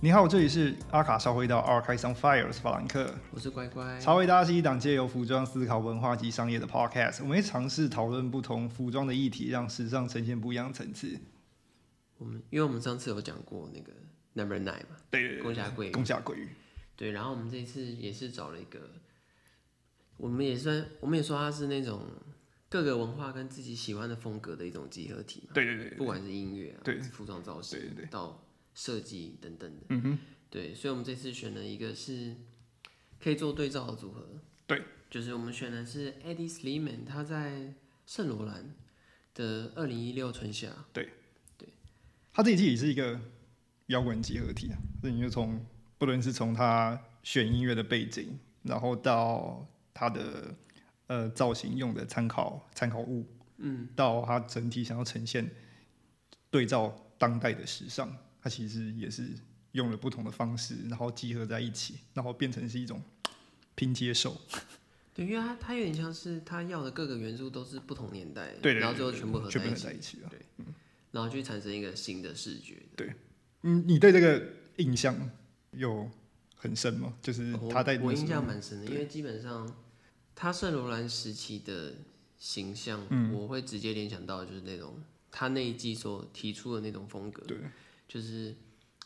你好，我这里是阿卡烧灰道 Archives on Fire，我是法兰克。我是乖乖。茶味搭是一档借由服装思考文化及商业的 podcast，我们会尝试讨论不同服装的议题，让时尚呈现不一样的层次。我们因为我们上次有讲过那个 Number Nine 嘛，对对对，宫下贵宫下贵对，然后我们这一次也是找了一个，我们也算，我们也说它是那种各个文化跟自己喜欢的风格的一种集合体嘛，对对对，不管是音乐啊，对服装造型，对对对到设计等等的，嗯哼，对，所以我们这次选了一个是可以做对照的组合，对，就是我们选的是 Eddie Sliman，他在圣罗兰的二零一六春夏，他这一季也是一个摇滚集合体啊，所以你就从不论是从他选音乐的背景，然后到他的呃造型用的参考参考物，嗯，到他整体想要呈现对照当代的时尚，他其实也是用了不同的方式，然后集合在一起，然后变成是一种拼接手，对，因为它它有点像是它要的各个元素都是不同年代的，对对对然后最后对全部合全在部一合起，在一起了。然后去产生一个新的视觉。嗯，你对这个印象有很深吗？就是我他在哦那我印时候象蛮深的，因为基本上他圣罗兰时期的形象，嗯我会直接联想到就是那种他那一季所提出的那种风格，对，就是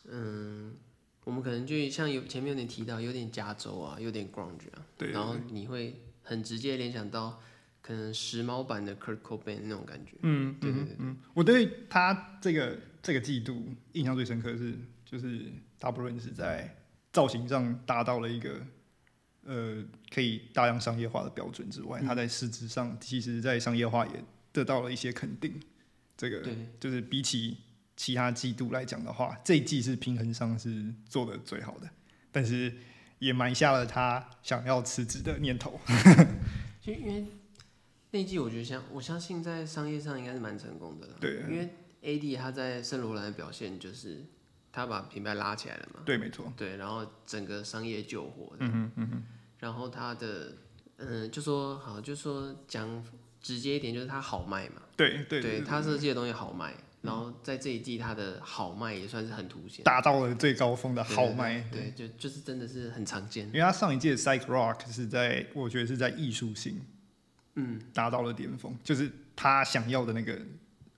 嗯，我们可能就像有前面有点提到，有点加州啊，有点 grunge 啊，对然后你会很直接联想到可能时髦版的 Kurt Cobain 那种感觉，嗯，对对嗯嗯，我对他这个这个季度印象最深刻的是，就是他不论是在造型上达到了一个呃可以大量商业化的标准之嗯外，他在市值上其实，在商业化也得到了一些肯定。这个对就是比起其他季度来讲的话，这一季是平衡上是做的最好的，但是也埋下了他想要辞职的念头。 就因为那一季，我觉得相我相信在商业上应该是蛮成功的啦。对因为 AD 他在圣罗兰的表现就是他把品牌拉起来了嘛，对，没错，对，然后整个商业救火，哦嗯嗯嗯，然后他的嗯、就说好，就说讲直接一点，就是他好卖嘛，对对对嗯他设计的东西好卖，然后在这一季他的好卖也算是很凸显，达到了最高峰的对豪迈。对，就就是真的是很常见因。为他上一届 Psych Rock 是在，我觉得是在艺术性，嗯，达到了巅峰，就是他想要的那个，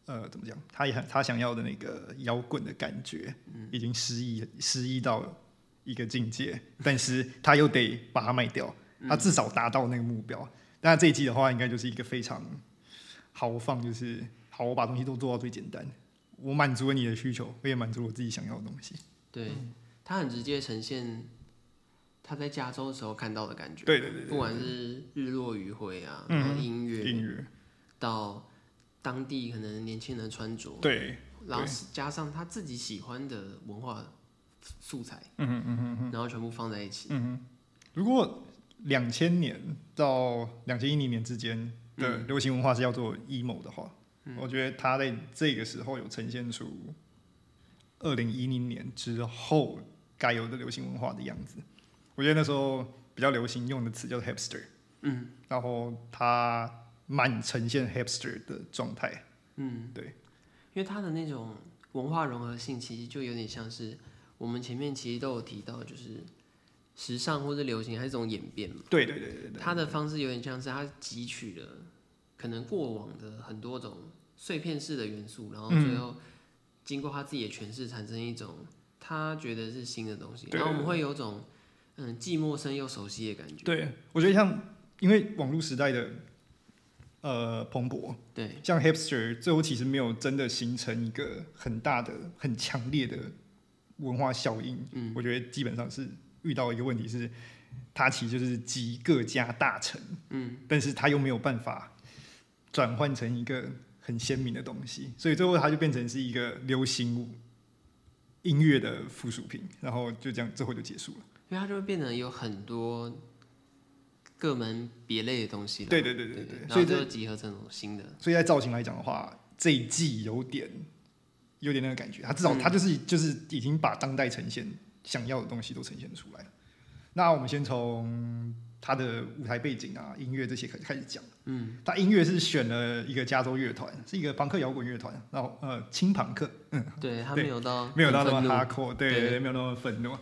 呃，怎么讲？他也他想要的那个摇滚的感觉，嗯已经失忆失忆到一个境界，但是他又得把它卖掉，嗯他至少达到那个目标。那这一季的话，应该就是一个非常豪放，就是好，我把东西都做到最简单，我满足了你的需求，我也满足了我自己想要的东西。对，嗯他很直接呈现他在加州的时候看到的感觉。对对对不管是日落余晖啊，嗯然后音对，乐音乐，到当地可能年轻人的穿着，对，然后加上他自己喜欢的文化素材，嗯嗯嗯然后全部放在一起，如果两千年到两千一零年之间的流行文化是要做 emo 的话，我觉得他在这个时候有呈现出二零一零年之后该有的流行文化的样子。我觉得那时候比较流行用的词叫 hipster，嗯，然后他蛮呈现 hipster 的状态，嗯，对，因为他的那种文化融合性，其实就有点像是我们前面其实都有提到，就是时尚或者流行还是一种演变嘛。对对对对对，他的方式有点像是他汲取了可能过往的很多种碎片式的元素，然后最后经过他自己的诠释，产生一种他觉得是新的东西，对然后我们会有种嗯既陌生又熟悉的感觉。对我觉得像因为网络时代的呃蓬勃，对像 hipster 最后其实没有真的形成一个很大的、很强烈的文化效应。嗯，我觉得基本上是遇到一个问题是，它其实就是集各家大成，嗯，但是它又没有办法转换成一个很鲜明的东西，所以最后它就变成是一个流行音乐的附属品，然后就这样，最后就结束了。因为它就会变得有很多各门别类的东西了。对对对对对对，然所后以这就集合成一种新的。所以在造型来讲的话，这一季有点有点那个感觉，他至少他就是、就是已经把当代呈现想要的东西都呈现出来了。那我们先从他的舞台背景啊、音乐这些开开始讲。嗯，他音乐是选了一个加州乐团，是一个朋克摇滚乐团，然后呃轻朋克，对 他对没有到没有到那很么愤怒 hardcore，对对对对，没有那么愤怒。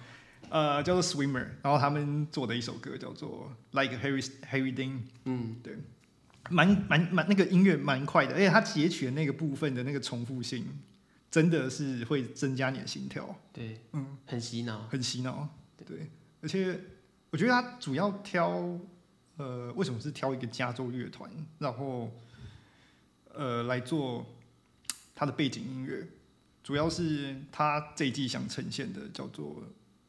呃，叫做 Swimmer，然后他们做的一首歌叫做 Like Harry Harry Dean，嗯，对，蛮蛮蛮那个音乐蛮快的，而且它截取的那个部分的那个重复性，真的是会增加你的心跳，对，嗯，很洗脑，很洗脑。对，而且我觉得他主要挑，呃，为什么是挑一个加州乐团，然后呃来做他的背景音乐，主要是他这一季想呈现的叫做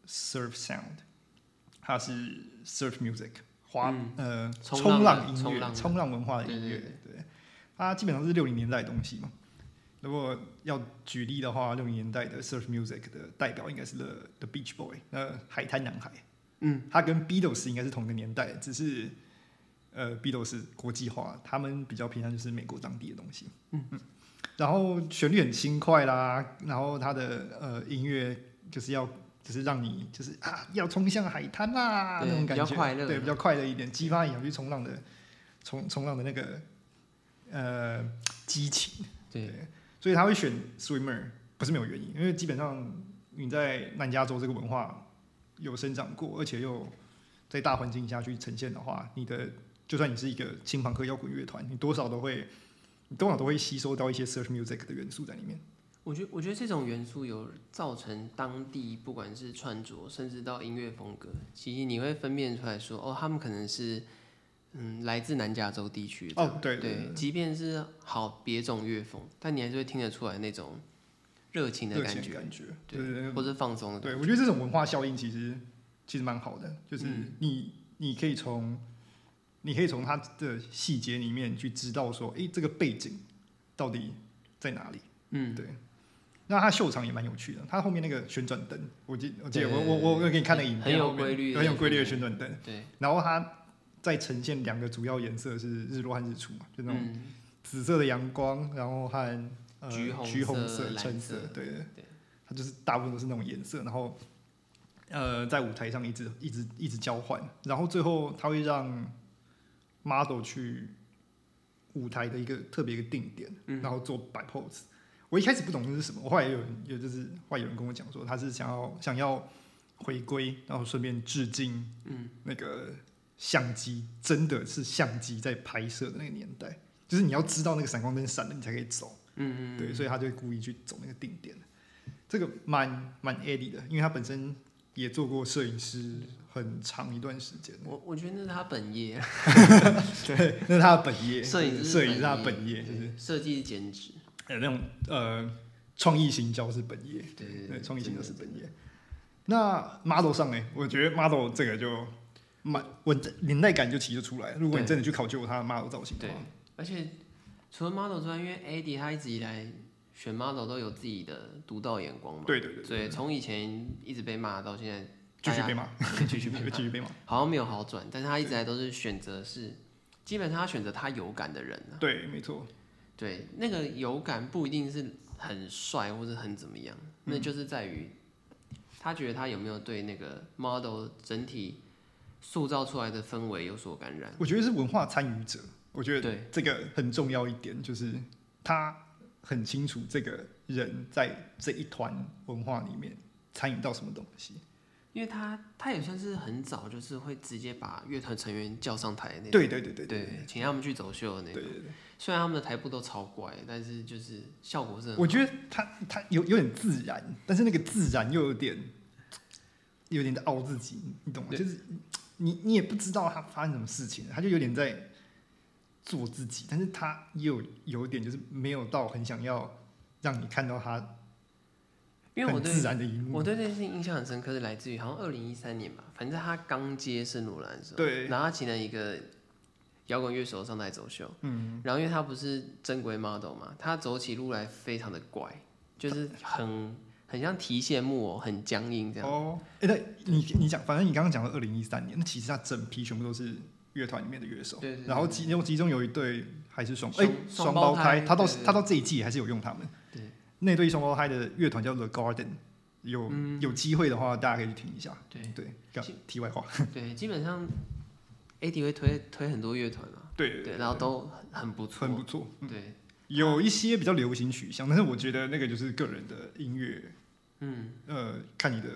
surf sound，它是 surf music 滑、嗯呃冲冲浪的浪冲音浪乐、的冲浪文化的音乐，对对，它基本上是六零年代的东西嘛。如果要举例的话，六零年代的 surf music 的代表应该是 The The Beach Boy，呃，海滩男孩。嗯，他跟 Beatles 应该是同个年代，只是呃，Beatles 是国际化，他们比较偏向就是美国当地的东西。嗯然后旋律很轻快啦，然后他的呃音乐就是要就是让你就是啊要冲向海滩啦对那种感觉，比较快乐对，比较快乐一点，激发你想去冲浪的冲冲浪的那个呃激情。对，所以他会选 swimmer 不是没有原因，因为基本上你在南加州这个文化有生长过，而且又在大环境下去呈现的话，你的就算你是一个轻朋克摇滚乐团，你多少都会，你多少都会吸收到一些 search music 的元素在里面。我觉得我觉得这种元素有造成当地不管是穿着，甚至到音乐风格，其实你会分辨出来说，哦，他们可能是嗯来自南加州地区的，哦，对对对，即便是好别种乐风，但你还是会听得出来那种热情对，的热感情觉，感觉，对对对，对或是放松的感对，我觉得这种文化效应其实其实蛮好的，就是嗯你、你可以从你可以从它的细节里面去知道说，诶，这个背景到底在哪里？嗯，对。那它秀场也蛮有趣的，它后面那个旋转灯，我记我记得我对我我我给你看那个影片，很有后面规律的很有规律的旋旋转灯，觉，对，然后它再呈现两个主要颜色是日落和日出嘛，就那种嗯，紫色的阳光，然后和、呃、橘红色橘红色、蓝橙色对对对，它就是大部分都是那种颜色，然后呃，在舞台上一直一直一直交换，然后最后它会让 model 去舞台的一个特别一个定点，嗯然后做摆 pose。我一开始不懂这是什么，我后来有人有就是后来有人跟我讲说，他是想要想要回归，然后顺便致敬，嗯，那个相机真的是相机在拍摄的那个年代，就是你要知道那个闪光灯闪了，你才可以走，嗯嗯，对，所以他就会故意去走那个定点。这个蛮蛮 Eddie 的，因为他本身也做过摄影师很长一段时间， 我我觉得那是他本业，对，那是他的本业，摄影师对是摄影是他的本本业，就是对 设计是兼职，呃那种呃创意行销是本业，对对对，对，创意型真的的是本业。那 model 上呢，我觉得 model 这个就蛮稳年代感就其实就出来了。如果你对真的去考究它的 model 造型的对话，，而且除了 model 之外，因为 AD 他一直以来选 model 都有自己的独到眼光嘛，对对对，对，从以前一直被骂到现在，继续大被家骂，对哎继续被 骂继续被骂。好像没有好转，但是他一直来都是选择是，基本上他选择他有感的人啊，对，没错，对，那个有感不一定是很帅或者很怎么样，嗯那就是在于他觉得他有没有对那个 model 整体塑造出来的氛围有所感染，我觉得是文化参与者，我觉得对这个很重要一点，就是他很清楚这个人在这一团文化里面参与到什么东西。因为他他也算是很早就是会直接把乐团成员叫上台的那种，对对对对对，请他们去走秀的那对种，对。虽然他们的台步都超怪，但是就是效果是很好，我觉得他他有有点自然，但是那个自然又有点有点在凹自己，你懂吗？对就是你你也不知道他发生什么事情，他就有点在做自己，但是他又有有点就是没有到很想要让你看到他因为我很对自然的一幕我。对这件事情印象很深刻，是来自于好像二零一三年吧，反正他刚接圣罗兰的时候，对然后他请了一个摇滚乐手上台走秀，嗯，然后因为他不是正规 model 嘛，他走起路来非常的怪，就是很很像提线木偶，很僵硬这样，哦，哎、对，你你讲，反正你刚刚讲了二零一三年，那其实他整批全部都是乐团里面的乐手，对对对然后其中其中有一对还是双哎双双双胞胞胎，胎他到对对他到这一季还是有用他们。对，那对双胞胎的乐团叫 The Garden，有、嗯有机会的话大家可以去听一下。对对，这样题外话，对，基本上 AD 会推推很多乐团啊，对对，然后都很很不错很，不错。对，有一些比较流行取向，但是我觉得那个就是个人的音乐，嗯，呃，看你的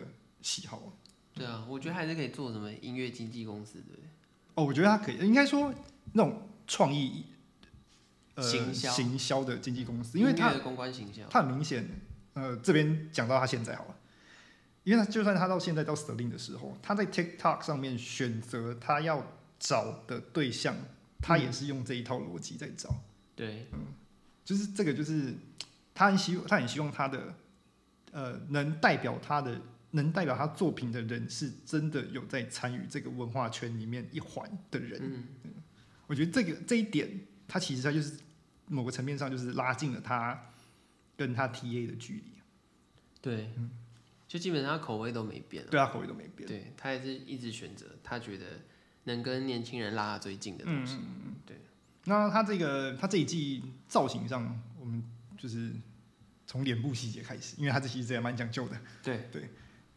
喜好。对啊，我觉得还是可以做什么音乐经纪公司，对不对？哦，我觉得他可以，应该说那种创意，呃，行销行销的经纪公司，因为他音乐公关形象，他很明显，呃，这边讲到他现在好了，因为他就算他到现在到 s t e l i n 的时候，他在 TikTok 上面选择他要找的对象，他也是用这一套逻辑在找，对，就是这个就是他很希他很希望他的呃能代表他的能代表他作品的人是真的有在参与这个文化圈里面一环的人，嗯，我觉得这个这一点，他其实他就是某个层面上就是拉近了他跟他 TA 的距离。对，嗯就基本上他口味都没变啊，对他口味都没变。对他也是一直选择他觉得能跟年轻人拉他最近的东西，那他这个他这一季造型上，我们就是从脸部细节开始，因为他这其实也蛮讲究的。对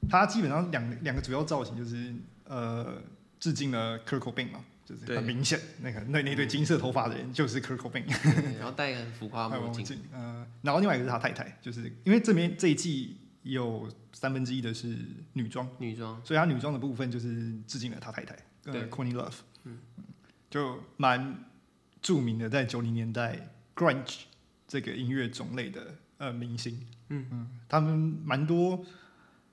他基本上两两个主要造型就是呃，致敬了 Kurt Cobain 嘛，就是对很明显那个那那对金色头发的人就是 Kurt Cobain，对然后戴一个很浮夸嗯还的有墨王镜，静，呃，然后另外一个是他太太，就是因为这边这一季有三分之一的是女装。女装，所以她女装的部分就是致敬了她太太，对嗯呃，Courtney Love，就蛮著名的，在九零年代 grunge 这个音乐种类的呃明星，嗯嗯，他们蛮多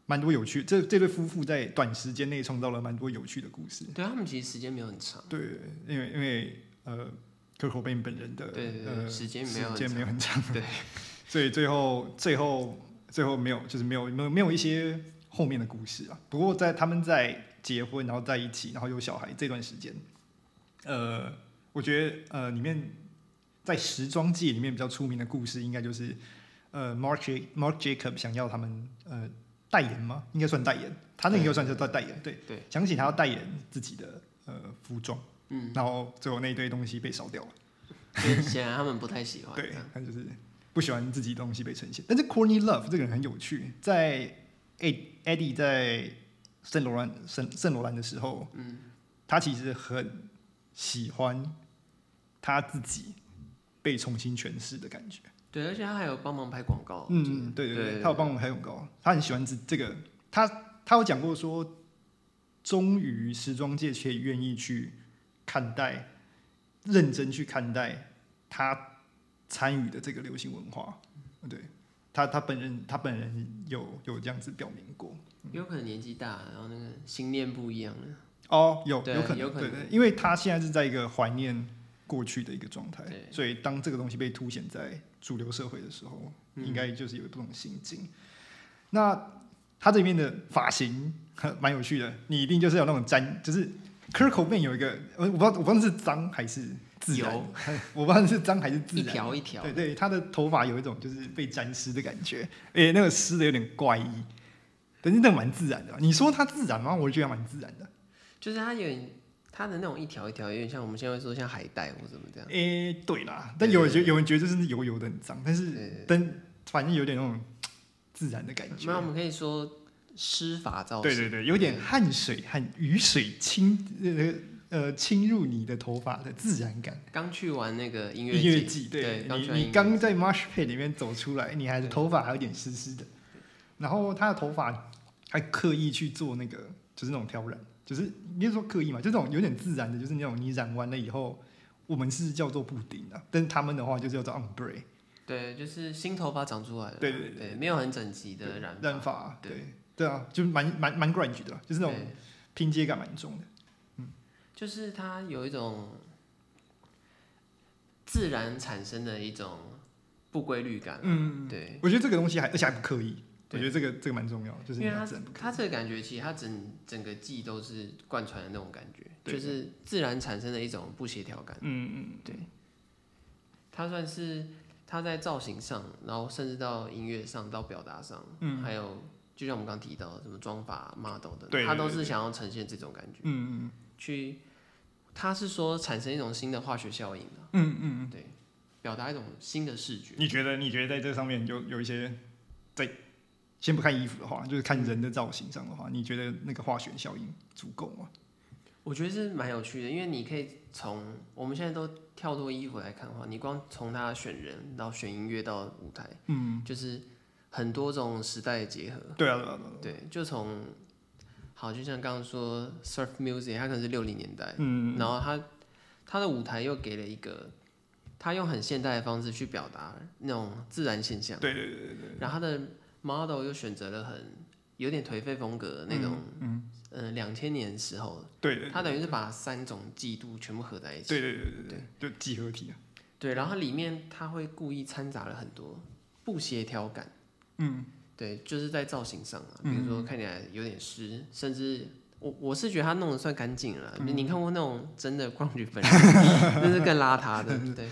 蛮多有趣，这这对夫妇在短时间内创造了蛮多有趣的故事，对他们其实时间没有很长，对，因为因为呃 k u r t c o b a n 本人的对对对，呃时间没有时很间没长，有很长，对， 所以最后最后最后没有，就是没有没有没有一些后面的故事啊。不过在他们在结婚，然后在一起，然后有小孩这段时间，呃，我觉得呃里面在时装界里面比较出名的故事，应该就是呃 Mark J Mark Jacob 想要他们呃代言吗？应该算代言，他那个应该算叫代代言，对对，想起他要代言自己的呃服装，嗯，然后最后那一堆东西被烧掉了。所以显然他们不太喜欢，对，他就是不喜欢自己东西被呈现。但是 Courtney Love 这个人很有趣，在 Ed Eddie 在圣罗兰圣圣罗兰的时候，嗯，他其实很喜欢他自己被重新诠释的感觉。对，而且他还有帮忙拍广告，我记得嗯，对对对，他有帮我们拍广告，他很喜欢这这个，他他有讲过说，终于时装界却愿意去看待，认真去看待他参与的这个流行文化，对他他本人他本人有有这样子表明过。有可能年纪大，然后那个心念不一样了，哦，有对有可能，有可能对对，因为他现在是在一个怀念过去的一个状态对，所以当这个东西被凸显在主流社会的时候，嗯应该就是有不同的心境。那他这里面的发型 呵蛮有趣的，你一定就是有那种粘，就是 k i r k o b a n 有一个，呃我不知道我不知道是脏还是自然油， 我不知道是脏还是自一然。条一条对，对，他的头发有一种就是被沾湿的感觉，而且那个湿的有点怪异，但是那蛮自然的吧。你说它自然吗？我觉得蛮自然的。就是他有点他的那种一条一条，有点像我们现在会说像海带或怎么这样，诶、对啦，但对有人对觉有人觉得就是油油的很脏，但对是但反正有点那种嘖自然的感觉那。我们可以说施法造对型，对对，有点汗水和雨水侵呃呃侵入你的头发的自然感。刚去完那个音乐音乐季，季，对刚你去完音你乐刚在 Marsh Pit 里面走出来，你还是对头发还有点湿湿的，然后他的头发还刻意去做那个就是那种挑染，就是你是说刻意嘛，就这种有点自然的，就是那种你染完了以后，我们是叫做布丁啊，但是他们的话就叫做 ombre。对，就是新头发长出来了，对对对，没有很整齐的染染发，发，对对对啊，就是蛮蛮蛮 grunge 的啦，就是那种对拼接感蛮重的。就是它有一种自然产生的一种不规律感，嗯，对，我觉得这个东西还而且还不刻意，我对觉得这个这个蛮重要，就是因为你要它自然不刻它这个感觉其实它整整个季都是贯穿的那种感觉，对就是自然产生的一种不协调感意。，嗯嗯，它算是它在造型上，然后甚至到音乐上，到表达上，嗯还有就像我们刚刚提到的什么妆法、model 啊的，对对它都对是对想要呈现这种感觉。嗯嗯去，他是说产生一种新的化学效应的、嗯嗯嗯，对，表达一种新的视觉。你觉得你觉得在这上面有有一些在先不看衣服的话，就是看人的造型上的话，你觉得那个化学效应足够吗？我觉得是蛮有趣的，因为你可以从我们现在都跳脱衣服来看的话，你光从他选人到选音乐到舞台，嗯，就是很多种时代的结合。对啊，对啊，对啊对，就从好，就像刚刚说 surf music，它可能是六零年代，嗯，然后它它的舞台又给了一个，它用很现代的方式去表达那种自然现象，对对对对对，然后它的 model 又选择了很有点颓废风格的那种，嗯，呃，两千年时候，对对它等于是把三种季度全部合在一起，对对对对对，就几何体啊，对，然后它里面它会故意掺杂了很多不协调感。嗯，对，就是在造型上啊，比如说看起来有点湿，甚至我我是觉得他弄得算干净了啦。嗯你看过那种真的光局粉， 那是更邋 遢的。对，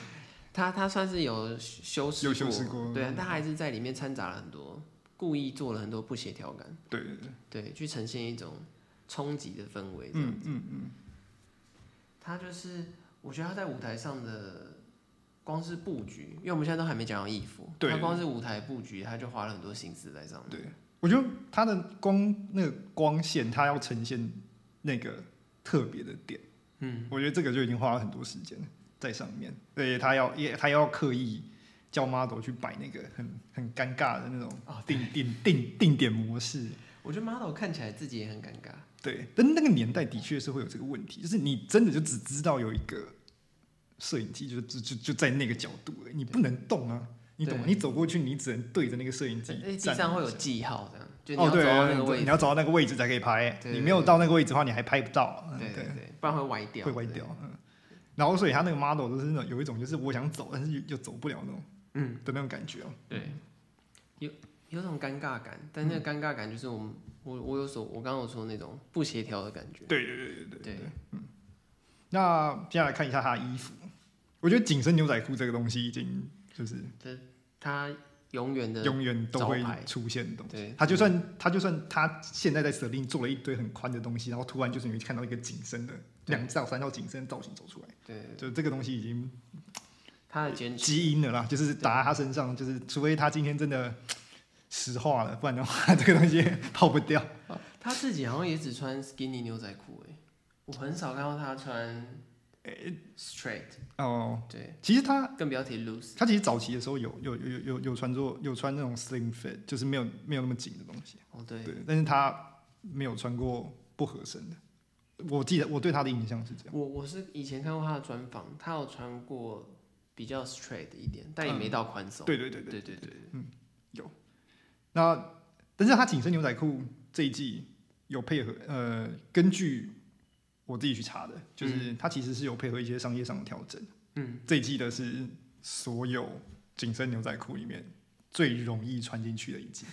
他他算是有修饰有修饰过嗯对，但还是在里面掺杂了很多，故意做了很多不协调感，对对对，对，去呈现一种冲击的氛围。这样嗯嗯嗯，他就是我觉得他在舞台上的光是布局，因为我们现在都还没讲到衣服，对他光是舞台布局，他就花了很多心思在上面。对，我觉得它的光那个光线，它要呈现那个特别的点，嗯，我觉得这个就已经花了很多时间在上面，对，他要也他要刻意叫 model 去摆那个很很尴尬的那种哦定定定定点模式，我觉得 model 看起来自己也很尴尬。对，但那个年代的确是会有这个问题，就是你真的就只知道有一个摄影机，就就就就在那个角度而已，你不能动啊，你懂吗？对你走过去，你只能对着那个摄影机哎，地站上会有一下记号，这样就你哦，要走对到啊，那你个走位你置，要走到那个位置才可以拍，对对你没有到那个位置的话，你还拍不到，嗯对对对，对，不然会歪掉，会歪掉。嗯，然后所以他那个 model 都是那种有一种就是我想走，但是又又走不了那种，嗯，的那种感觉哦。对。对，有有种尴尬感，但嗯那个尴尬感就是我们我我有所我刚刚有说那种不协调的感觉，对对对对对对那接下来看一下他的衣服，我觉得紧身牛仔裤这个东西已经就是它永远的永远都会招牌嗯出现的东西。对他就算他就算他现在在设定做了一堆很宽的东西，然后突然就是你会看到一个紧身的对两到三道紧身的造型走出来，对就这个东西已经它的坚持，基因的啦，就是打在他身上，就是除非他今天真的石化了，不然的话这个东西跑不掉。哦他自己好像也只穿 skinny 牛仔裤诶，我很少看到他穿 straight，哦，对，其实他更不要提 loose，他其实早期的时候有有有有有有穿做有穿那种 slim fit，就是没有没有那么紧的东西，哦对，对，但是他没有穿过不合身的。我记得我对他的印象是这样，我我是以前看过他的专访，他有穿过比较 straight 一点，但也没到宽松。对对嗯对对对对对那但是他紧身牛仔裤这一季有配合，呃，根据我自己去查的，就是他其实是有配合一些商业上的调整。嗯，这一季的是所有紧身牛仔裤里面最容易穿进去的一季，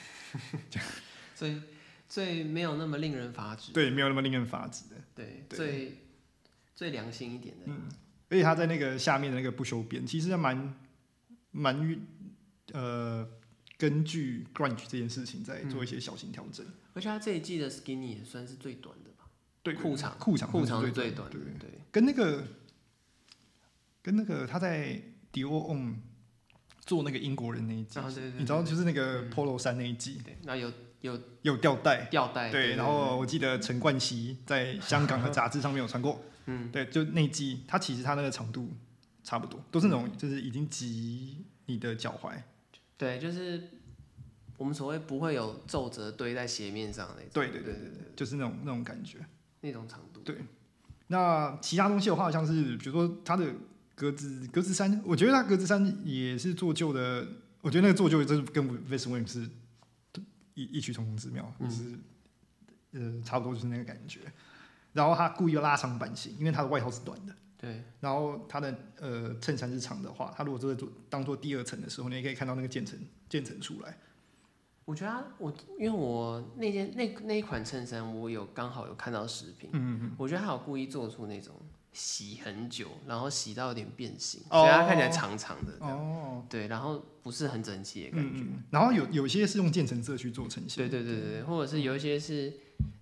最最没有那么令人发指，对，没有那么令人发指的。对，对最最良心一点的，嗯，而且他在那个下面的那个不修边，其实还蛮蛮呃，根据 grunge 这件事情在嗯做一些小型调整。而且他这一季的 skinny 也算是最短的吧，对，裤长裤长裤长是是最最短短的的，对对，跟那个跟那个他在 Dior On 做那个英国人那一季，然后对对，你知道就是那个嗯 Polo 衫那一季对对，那有有吊带，吊带，哎对，然后我记得陈冠希在香港的杂志上面有穿过，嗯，对，就那一季，它其实它那个长度差不多，都是那种就是已经及你的脚踝，对，就是我们所谓不会有皱褶堆在鞋面上的那种，对对对对对对，就是那种那种感觉。那种长度，对那其他东西的话，像是比如说它的格子格子衫，我觉得它格子衫也是做旧的，我觉得那个做旧真是跟 v e s t w i n 是异异曲同工之妙，就是呃差不多就是那个感觉。然后他故意拉长版型，因为他的外套是短的，对，然后他的呃衬衫是长的话，他如果做做当做第二层的时候，你也可以看到那个渐层渐层出来。我觉得它我因为我那件那那一款衬衫，我有刚好有看到视频，嗯嗯我觉得他有故意做出那种洗很久，然后洗到有点变形，哦所以它看起来长长的嗯，这样，哦，对，然后不是很整齐的感嗯觉，嗯，然后有有些是用渐层色去做呈现对，对对对对，或者是有一些是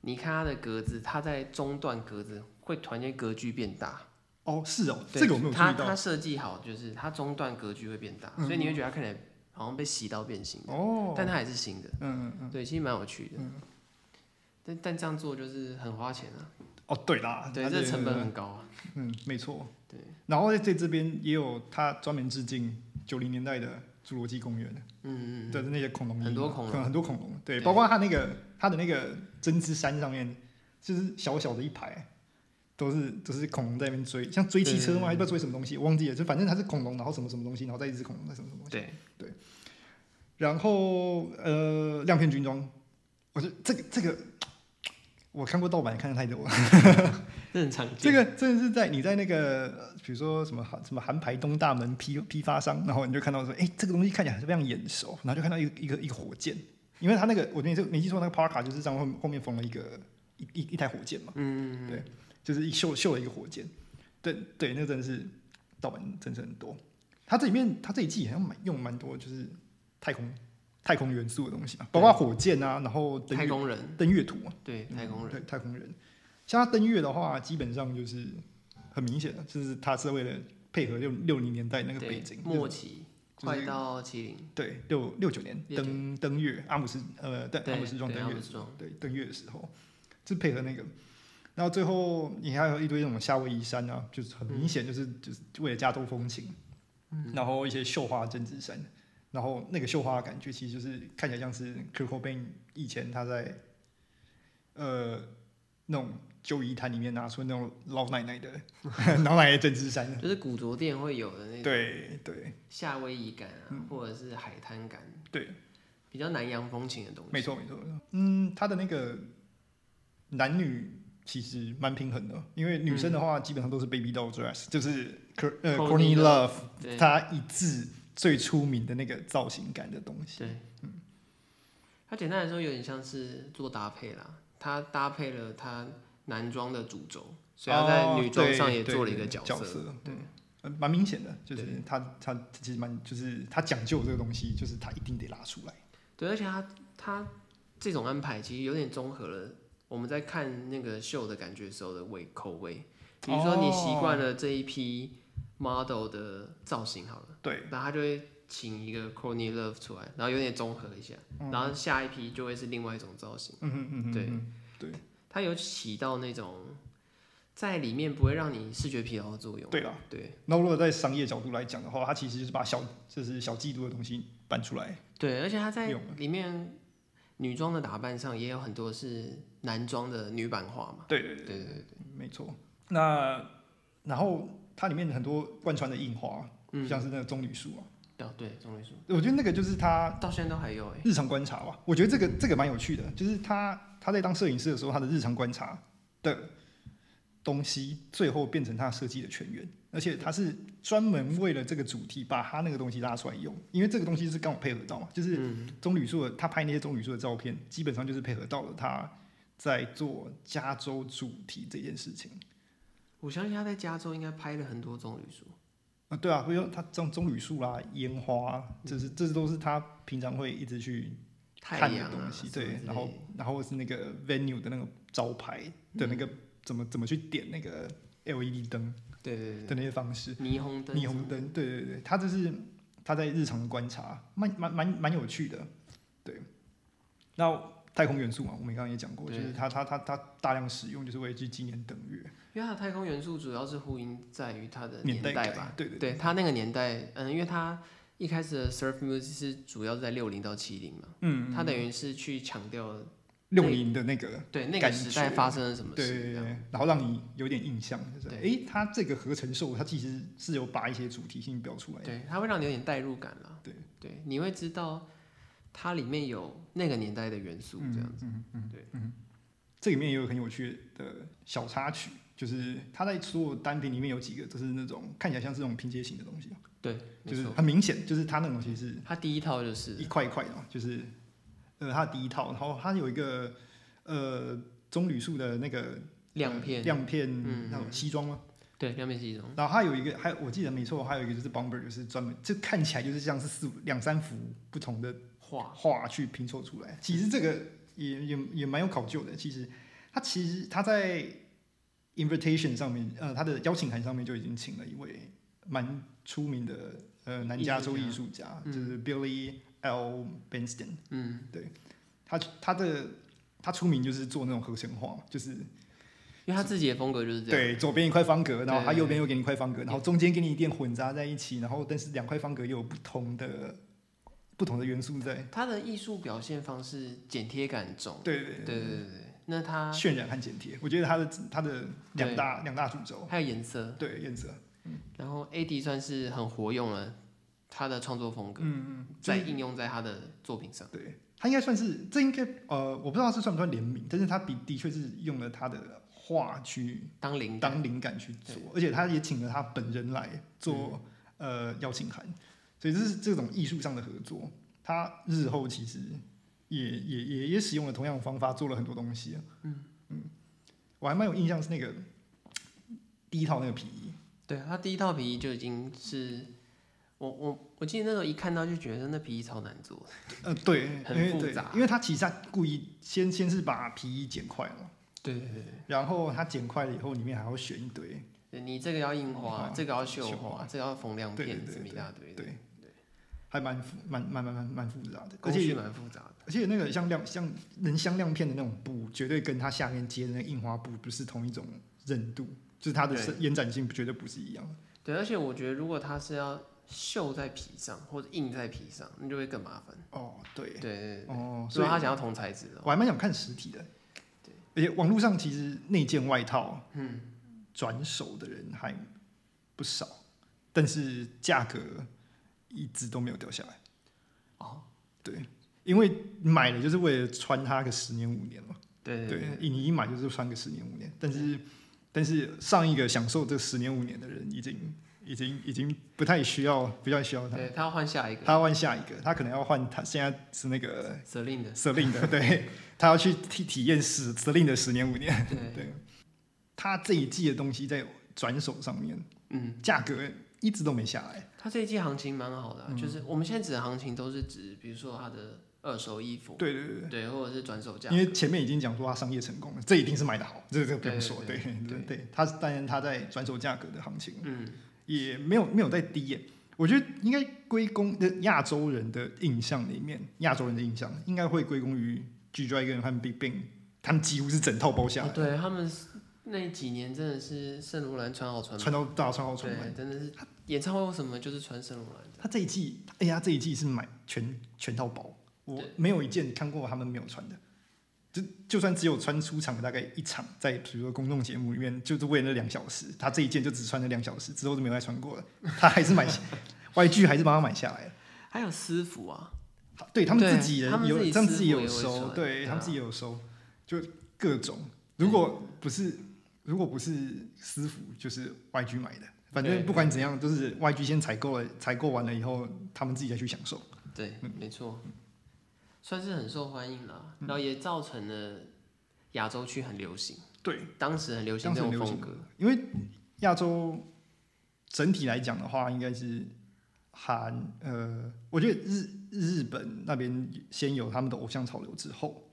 你看它的格子，它在中段格子会突然间格局变大，哦是哦，对这个我没有注它意到它设计好就是它中段格局会变大，嗯所以你会觉得它看起来好像被洗到变形的，哦，但它还是新的，嗯嗯嗯。对，其实蛮有趣的，但但这样做就是很花钱啊。哦，对啦，对，他这这成本很高啊。嗯，没错。对，然后在这这边也有他专门致敬九零年代的侏罗纪公园嗯嗯的那些恐龙衣嘛，很多恐龙很很多恐龙，对，对包括他那个他的那个针织衫上面，就是小小的一排，都是都是恐龙在那边追，像追汽车对吗？还不知道追什么东西，我忘记了，就反正它是恐龙，然后什么什么东西，然后再一只恐龙，再什么什么东嗯，西，对，然后呃，亮片军装，我觉得这个这个。我看过盗版，看的太多了。这很常这见。个真的是在你在那个，呃比如说什么韩什么韩牌东大门批批发商，然后你就看到说，哎、这个东西看起来非常眼熟，然后就看到一个一个一个火箭，因为他那个我没记没记错，那个 Parka 就是上面后后面缝了一个一一一台火箭嘛，嗯，对就是一绣绣了一个火箭，对对，那个真的是盗版真是很多。它这里面它这一季好像蛮用蛮多就是太空太空元素的东西嘛，包括火箭啊，然后登太月空人，登月图啊，对，太空人，对太空人。像他登月的话，基本上就是很明显的，就是他是为了配合六六零年代那个对背景，末就是期，就是快到七零，对六六九年六九登登月，阿姆斯呃对对，阿姆斯壮对登阿月姆，斯壮，对登月的时候，是配合那个。然后最后你还有一堆那种夏威夷山啊，就是很明显就是、就是为了加州风情，然后一些绣花针织衫，然后那个绣花的感觉其实就是看起来像是 Kurt Cobain 以前他在呃那种旧衣摊里面拿出那种老奶奶的 老奶奶针织衫，就是古着店会有的那种对对夏威夷感嗯啊，或者是海滩感，对，比较南洋风情的东西。没错没错，没错嗯，他的那个男女其实蛮平衡的，因为女生的嗯话基本上都是 Baby Doll Dress，就是 Cor- 呃 Courtney Corny Love 对她一致最出名的那个造型感的东西。对，嗯它简单来说有点像是做搭配啦，它搭配了它男装的主轴，所以它在女装上也做了一个角色。哦对对，呃蛮明显的，就是对他他其实蛮就是他讲究这个东西，就是他一定得拉出来。对，而且它它这种安排其实有点综合了我们在看那个秀的感觉时候的味口味。比如说你习惯了这一批 model 的造型好了，对，然后他就会请一个 Corny Love 出来，然后有点综合一下，然后下一批就会是另外一种造型。嗯哼嗯哼，对嗯它有起到那种在里面不会让你视觉疲劳的作用。对啦。对那如果在商业角度来讲的话，他其实就是把小就是小嫉妒的东西搬出来。对，而且它在用里面女装的打扮上也有很多是男装的女版化嘛。对对对对对，没错。那然后它里面很多贯穿的印花，嗯，像是那个棕榈树啊，哦对，棕榈树我觉得那个就是他到现在都还有哎、日常观察吧。我觉得这个这个蛮有趣的，就是他他在当摄影师的时候，他的日常观察的东西，最后变成他设计的全员，而且他是专门为了这个主题把他那个东西拉出来用，因为这个东西是刚好配合到嘛，就是棕榈树的他拍那些棕榈树的照片，基本上就是配合到了他在做加州主题这件事情。我相信他在加州应该拍了很多棕榈树。啊，对啊，比如说他种棕榈树啦、烟花啊，这是这都是他平常会一直去太看的阳啊，东西。什么对之，类然后的然后是那个 venue 的那个招牌的那个、嗯怎么怎么去点那个 LED 灯对对对的那些方式，对，霓虹灯，霓虹，灯，对对对，他这是他在日常的观察，蛮蛮蛮蛮有趣的。对，那太空元素嘛，我们刚刚也讲过，就对是他他他他大量使用，就是为了去纪念登月因为它的太空元素主要是呼应在于它的年代感吧，，对对对他那个年代，嗯，因为他一开始的 surf music 是主要是在六零到七零嘛，嗯，他等于是去强调六零的那个。对那个感时觉代发生了什么对事，对这样对，然后让你有点印象，就是对诶，它这个合成兽，它其实是有把一些主题性标出来的。对，它会让你有点代入感啦，对对，你会知道它里面有那个年代的元素嗯这样子，这里面也有很有趣的小插曲，就是它在所有单品里面有几个，就是那种看起来像是那种拼接型的东西，对，就没是错，很明显，就是它那个东西是它第一套就一是块一块的嘛，就是呃它的第一套，然后它有一个呃棕榈树的那个呃亮片，亮片嗯那种西装吗？对，亮片是一种，然后它有一个，还有我记得没错，还有一个就是 bomber，就是专门就看起来就是像是四五两三幅不同的画画去拼凑出来。其实这个也也也蛮有考究的。其实他其实他在 invitation 上面，呃，他的邀请函上面就已经请了一位蛮出名的呃南加州艺术家，就是 Billy L. Benston。嗯，他他的他出名就是做那种合成画嘛，就是因因为他自己的风格就是这样。对，左边一块方格，然后对它右边又给你一块方格，然后中间给你一点混杂在一起，然后但是两块方格又有不同的不同的元素在，他的艺术表现方式剪贴感很重。对对对对对对，那他渲染和剪贴，我觉得它的它的两对大两大主轴，还有颜色，对颜色，然后 AD 算是很活用了他的创作风格，嗯嗯，就再是应用在他的作品上。对，它应该算是这应该呃，我不知道是算不算联名，但是它比的确是用了它的画去当灵感，当灵感去做，而且他也请了他本人来嗯做、呃邀请函，所以这是这种艺术上的合作。他日后其实也也也也使用了同样的方法，做了很多东西、啊。嗯我还蛮有印象是那个第一套那个皮衣，对他第一套皮衣就已经是我我我记得那时候一看到就觉得那皮衣超难做的，呃，对，因很为复对杂，因为他其实他故意先先是把皮衣剪块了，对对对然后他剪块了以后，里面还要选一堆，对，你这个要印花花，这个要绣绣花花，这个要缝亮对对片，对什么一大堆的，对，还蛮复蛮蛮蛮蛮蛮复杂的，而工且序蛮复杂的。而且那个像亮像人像亮片的那种布，绝对跟它下面接的那个印花布不是同一种韧度，就是它的对伸延展性绝对不是一样的。对，而且我觉得如果它是要绣在皮上或者印在皮上，那就会更麻烦。哦，对对，对对，哦，所所以以他想要同材质的，我还蛮想看实体的。对，而且网络上其实那件外套，嗯，转手的人还不少，但是价格一直都没有掉下来。哦，对，因为买了就是为了穿它个十年五年嘛。对对对，你一买就是穿个十年五年，但是但是上一个享受这十年五年的人，已经已经已经不太需要，不太需要对，他，对他要换下一个他要换下一个，他可能要换他现在是那个 s e l i n 的，司令的，对他要去体体验十司令的十年五年，对，对，他这一季的东西在转手上面，嗯，价格一直都没下来，他这一季行情蛮好嗯的啊、就是我们现在指的行情都是指，比如说他的二手衣服，对对对对。对，或者是转手价哦因，为前面已经讲说他商业成功了，这一定是卖的好，这这个不用对说，对对对对对，他当然他在转手价格的行情，嗯，也没有没有在低耶、我觉得应该归功的亚洲人的印象里面，亚洲人的印象应该会归功于 G Dragon 和 Big Bang，他们几乎是整套包下来，哦对他们那几年真的是圣罗兰穿好穿穿到大穿好穿满。对，真的是演唱会为什么就是穿圣罗兰的，他这一季，哎呀，这一季是买全全套包，我对没有一件看过他们没有穿的。就就算只有穿出场的大概一场，在比如说公众节目里面，就是为了那两小时，他这一件就只穿了两小时，之后就没有再穿过了。他还是买，YG 还是帮他买下来了。还有私服啊，对他们对自己人他们有自己，他们私自己货有也会收，收对对他啊们自己有收，就各种。如果不是如果不是私服，就是 YG 买的。反对正不管怎样，都是 YG 先采购了，采购完了以后，他们自己再去享受。对，嗯没错，算是很受欢迎了，然后也造成了亚洲区很流行，对，当时很流行这种当时风很流行格，因为亚洲整体来讲的话，应该是韩呃，我觉得日日本那边先有他们的偶像潮流之后，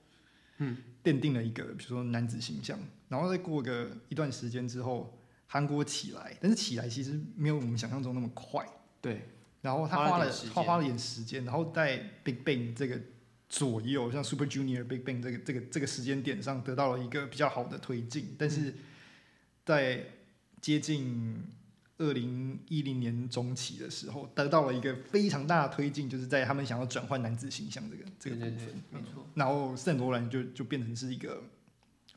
嗯，奠定了一个比如说男子形象，然后再过个一段时间之后，韩国起来，但是起来其实没有我们想象中那么快。对，然后他花花了了点时间他花了点时间，然后在 Big Bang 这个左右，像 Super Junior、Big Bang 这个这个这个时间点上得到了一个比较好的推进，但是在接近二零一零年中期的时候，得到了一个非常大的推进，就是在他们想要转换男子形象这个这个部对分对，对，没错，然后圣罗兰就就变成是一个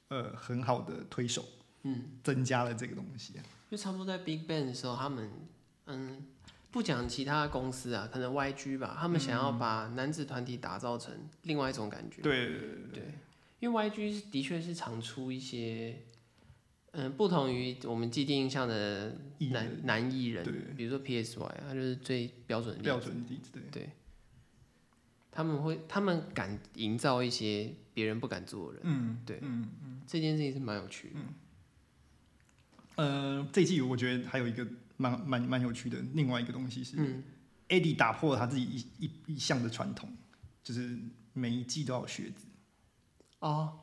呃很好的推手，嗯。增加了这个东西。啊就差不多在 Big Bang 的时候，他们嗯，不讲其他公司啊，可能 YG 吧，他们想要把男子团体打造成另外一种感觉。嗯对对，因为 YG 是的确是常出一些嗯，不同于我们既定印象的艺男人男艺人，对比如说 PSY，啊他就是最标准的例标子。准例子对。他们会，他们敢营造一些别人不敢做的人，嗯，对嗯，这件事情是蛮有趣的。呃，这一季我觉得还有一个蛮蛮蛮有趣的另外一个东西是、嗯， e d d i e 打破了他自己一一一向的传统，就是每一季都要有靴子，哦，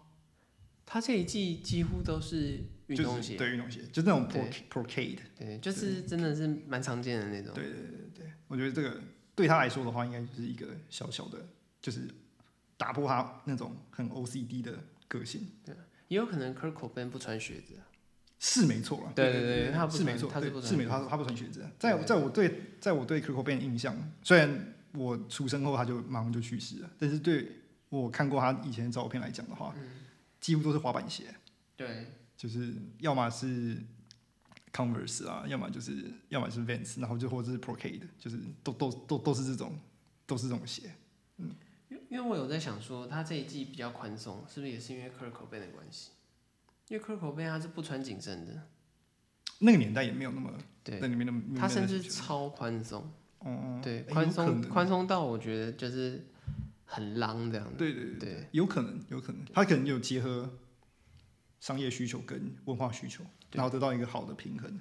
他这一季几乎都是运动就是鞋，对运动鞋，就是那种 pro 对 procade，对，就是真的是蛮常见的那种。对对对对对，我觉得这个对他来说的话，应该就是一个小小的，就是打破他那种很 OCD 的个性，也有可能 Kurt Cobain 不穿鞋子啊，是没错了，对对对对他不是没穿错，他是对不是穿没错，他他不穿鞋子啊。在我在我对在我对 Kirko b a n 的印象，虽然我出生后他就马上就去世了，但是对我看过他以前的照片来讲的话，嗯几乎都是滑板鞋，对，就是要么是 Converse 啊，要么就是要么是 Vans，然后就或者是 Procade，就是都都都都是这种都是这种鞋。因为因为我有在想说，他这一季比较宽松，是不是也是因为 Kurt Cobain 的关系？因为 Kurt Cobain 他是不穿紧身的，那个年代也没有那么对在里面那么，他甚至没有超宽松，那么哦，对，哎宽有可松能宽松到我觉得就是很浪这样子。对对对嗯对对，有可能，有可能，他可能有结合商业需求跟文化需求，对然后得到一个好的平衡，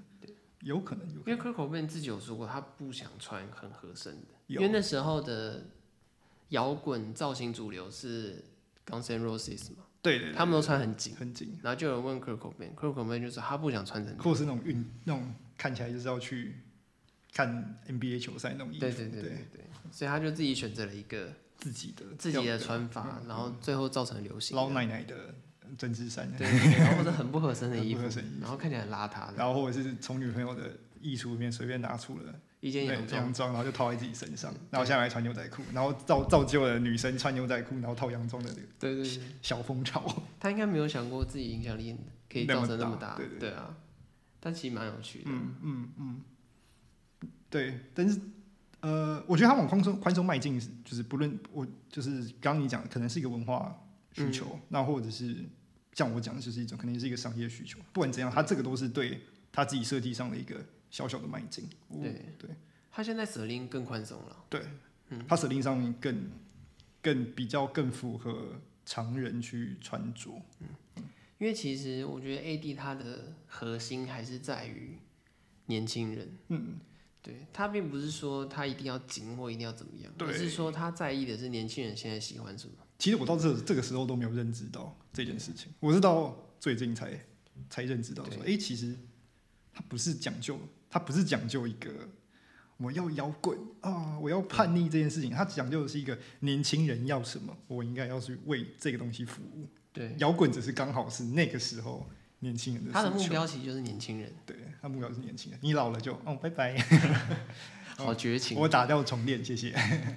有可能，有可因为能， Kurt Cobain 自己有说过，他不想穿很合身的，因为有那时候的摇滚造型主流是 Guns N' Roses 嘛，对对，对他们都穿很紧，很紧，然后就有人问 Kurt Cobain，Kurt Cobain 就说他不想穿成那样或是那种运那种看起来就是要去看 NBA 球赛那种衣服，对对对对对，所以他就自己选择了一个自己的自己的调啊穿法，然后最后造成流行调呃的，老奶奶的针织衫，对，对然后或者很不合身的衣服很不合身的衣，服然后看起来很邋遢的，然后或者是从女朋友的衣橱里面随便拿出了。一件对洋装，嗯洋装，然后就套在自己身上，然后下来穿牛仔裤，然后造造就了女生穿牛仔裤然后套洋装的那个对对对，小风潮。他应该没有想过自己影响力可以那么造成那么大大对对，对啊，但其实蛮有趣的，嗯嗯嗯，对，但是呃，我觉得他往宽松宽松迈进是，就是不论我就是刚刚你讲，可能是一个文化需求，那或者是像我讲的，就是一种肯定是一个商业需求。不管怎样，他这个都是对他自己设计上的一个小小的迈进。我对他现在舍令更宽松了，对，他设定上面更更比较更符合常人去穿着。因为其实我觉得 AD 他的核心还是在于年轻人。嗯，对他并不是说他一定要紧或一定要怎么样，对而是说他在意的是年轻人现在喜欢什么。其实我到这这个时候都没有认知到这件事情，我是到最近才才认知到说，哎、其实它不是讲究，它不是讲究一个我要摇滚啊，我要叛逆这件事情，它讲究的是一个年轻人要什么，我应该要去为这个东西服务。对，摇滚只是刚好是那个时候年轻人的他的诉目求，标其实就是年轻人，对，他目标是年轻人，你老了就哦拜拜，好绝情。我打掉重练，谢谢。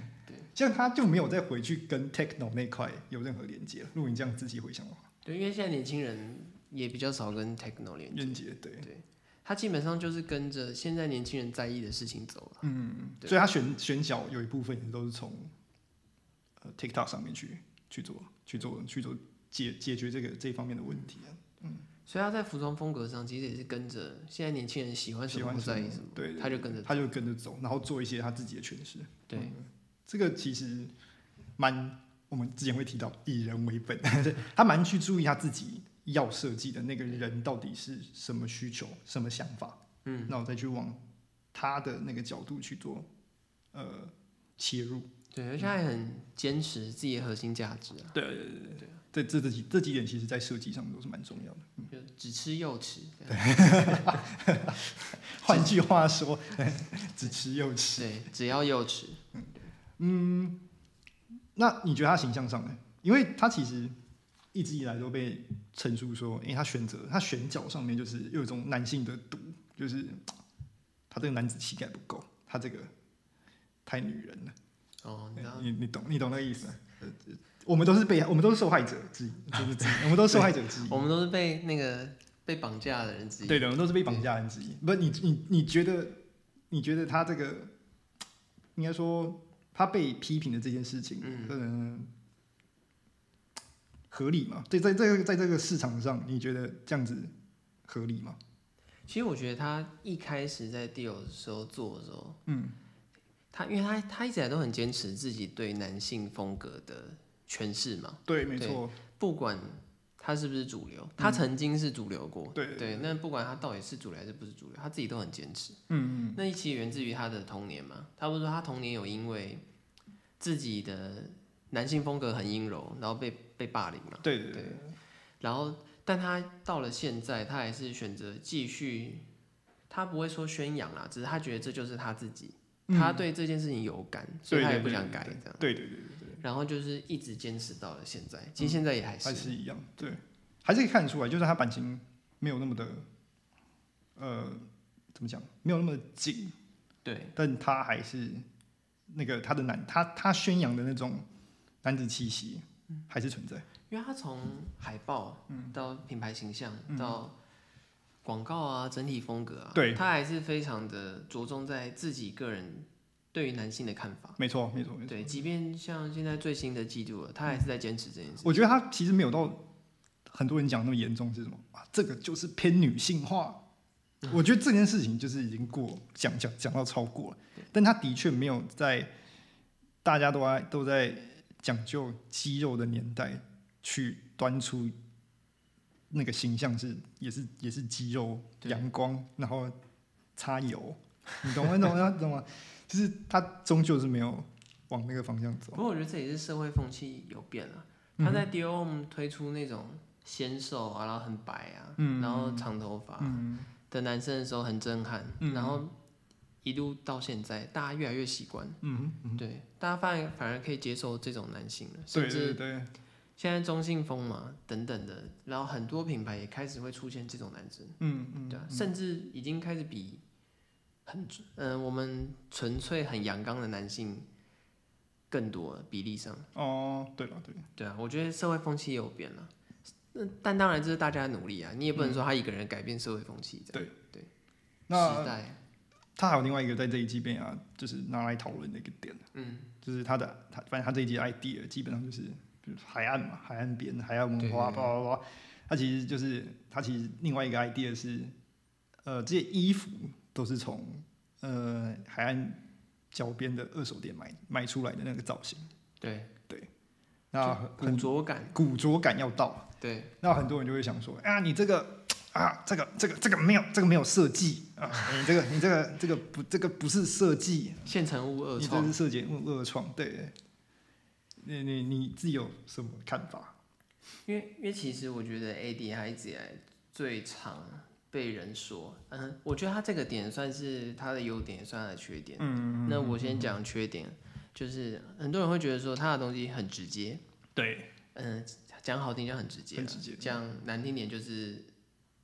像他就没有再回去跟 techno 那块有任何连接了。如果你这样仔细回想的话。对，因为现在年轻人也比较少跟 techno 连接，愿节对，他基本上就是跟着现在年轻人在意的事情走了。嗯，对所以他选选角有一部分也都是从呃 TikTok 上面去去做去做去做解解决这个这方面的问题啊，所以他在服装风格上其实也是跟着现在年轻人喜欢什喜么欢或在什意么什么，对对，对他就跟着。他就跟着走，然后做一些他自己的诠释。嗯对，这个其实蛮我们之前会提到以人为本， 他蛮去注意他自己要设计的那个人到底是什么需求、什么想法，嗯，然后再去往他的那个角度去做呃切入。对，而且他也很坚持自己的核心价值啊，对对对对对，这这这几这几点其实在设计上面都是蛮重要的。就只吃又吃。换句话说， 只吃又吃。对，只要又吃。那你觉得他形象上呢？因为他其实一直以来都被陈述说，因为他选择他选角上面就是有一种男性的毒，就是他这个男子气概不够，他这个太女人了。哦，你知道你你懂你懂那个意思吗？呃我们都是被我们都是受害者之一，就是之一，我们都是受害者之一。我们都是被那个被绑架的人之一。对的，我们都是被绑架的人之一。不，你你你觉得你觉得他这个应该说他被批评的这件事情，嗯、合理吗？对，在这个在这个市场上，你觉得这样子合理吗？其实我觉得他一开始在 deal 的时候做的时候，嗯，他因为他他一直以来都很坚持自己对男性风格的诠释嘛，对，没错，不管他是不是主流，他曾经是主流过，对对，那不管他到底是主流还是不是主流，他自己都很坚持。嗯，那一其实源自于他的童年嘛，他不是说他童年有因为自己的男性风格很阴柔，然后被被霸凌嘛。对对对对，然后，但他到了现在，他还是选择继续，他不会说宣扬啦，只是他觉得这就是他自己，他对这件事情有感，所以对他对也不嗯对想改这样。对对对对对，嗯然后就是一直坚持到了现在，其实现在也还还是，是一样，对。还是可以看得出来，就是他版型没有那么的，呃，怎么讲，没有那么紧，对，但他还是那个他的男，他他宣扬的那种男子气息还是存在。因为它从海报嗯到品牌形象、到广告啊，整体风格啊，对它还是非常的着重在自己个人对于男性的看法。没错，没错，没错。对，即便像现在最新的季度了，他还是在坚持这件事。我觉得他其实没有到很多人讲那么严重，是什么啊？这个就是偏女性化。我觉得这件事情就是已经过讲讲讲到超过了，但他的确没有在大家都在都在讲究肌肉的年代去端出那个形象是也是也是肌肉对阳光，然后擦油，你懂吗？你懂吗？ 你懂吗？就是他终究是没有往那个方向走。不过我觉得这也是社会风气有变了、嗯他在 Dior 推出那种纤瘦啊，然后很白啊，嗯然后长头发的男生的时候很震撼，嗯然后一路到现在，大家越来越习惯。嗯，嗯对，大家反反而可以接受这种男性了，对甚对至对。现在中性风嘛等等的，然后很多品牌也开始会出现这种男生，嗯嗯，对啊，甚至已经开始比很嗯、我们纯粹很阳刚的男性更多了比例上，哦，对了对了，对啊，我觉得社会风气也有变了，那但当然这是大家的努力啊，你也不能说他一个人改变社会风气这样，时那代，他还有另外一个在这一季被啊，就是拿来讨论的一个点，嗯，就是他的他反正他这一季的 idea 基本上就是比如海岸嘛，海岸边、海岸文化，对对对叭叭叭叭，他其实就是他其实另外一个 idea 是，呃，这些衣服都是从呃海岸脚边的二手店买买出来的那个造型，对，那就古很着感，古着感要到，对，那很多人就会想说，啊，你这个啊，这个这个这个没有这个没有设计啊，你这个你这个这个不这个不是设计，现成物二你这创是。设计恶恶创，对对。你你你自己有什么看法？因为因为其实我觉得 AD 他一直以来最常被人说，嗯，我觉得他这个点算是他的优点，也算他的缺点。嗯那我先讲缺点，就是很多人会觉得说他的东西很直接，对，嗯，讲好听就很直接啦，很直接讲难听点就是，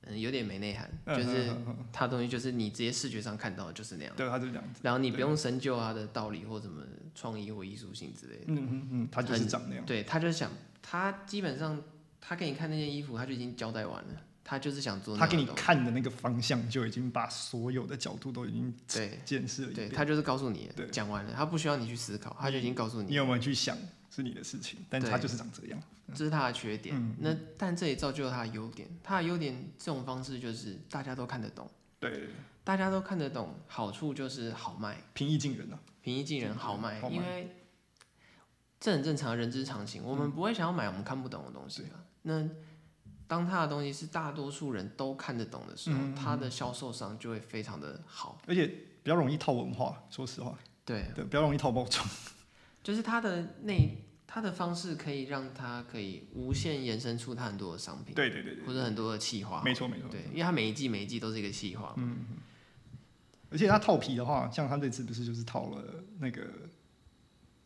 嗯，有点没内涵，嗯就是嗯嗯嗯他的东西就是你直接视觉上看到的就是那样，对，他就这样子。然后你不用深究他的道理或什么创意或艺术性之类的。嗯嗯嗯，他就是很长那样。对他就是想，他基本上他给你看那件衣服，他就已经交代完了，他就是想做那他样给你的东西看的那个方向就已经把所有的角度都已经对见识了一对，遍。他就是告诉你对讲完了，他不需要你去思考，他就已经告诉你你，有没有去想是你的事情？但对他就是长这样。这是他的缺嗯点。那但这也造就了他的优点，他的优点这种方式就是大家都看得懂，对对，对大家都看得懂，好处就是好卖，平易近人啊。平易近人，好卖好，卖因为这很正常，人之常情。我们不会想要买我们看不懂的东西嗯啊。那当他的东西是大多数人都看得懂的时候，他的销售商就会非常的好。而且比较容易套文化，说实话，对，对，比较容易套包装。就是他的那他的方式可以让他可以无限延伸出他很多的商品，对对对对，或者很多的企划。没错没错。对，因为他每一季每一季都是一个企划。嗯，而且他套皮的话，像他这次不是就是套了那个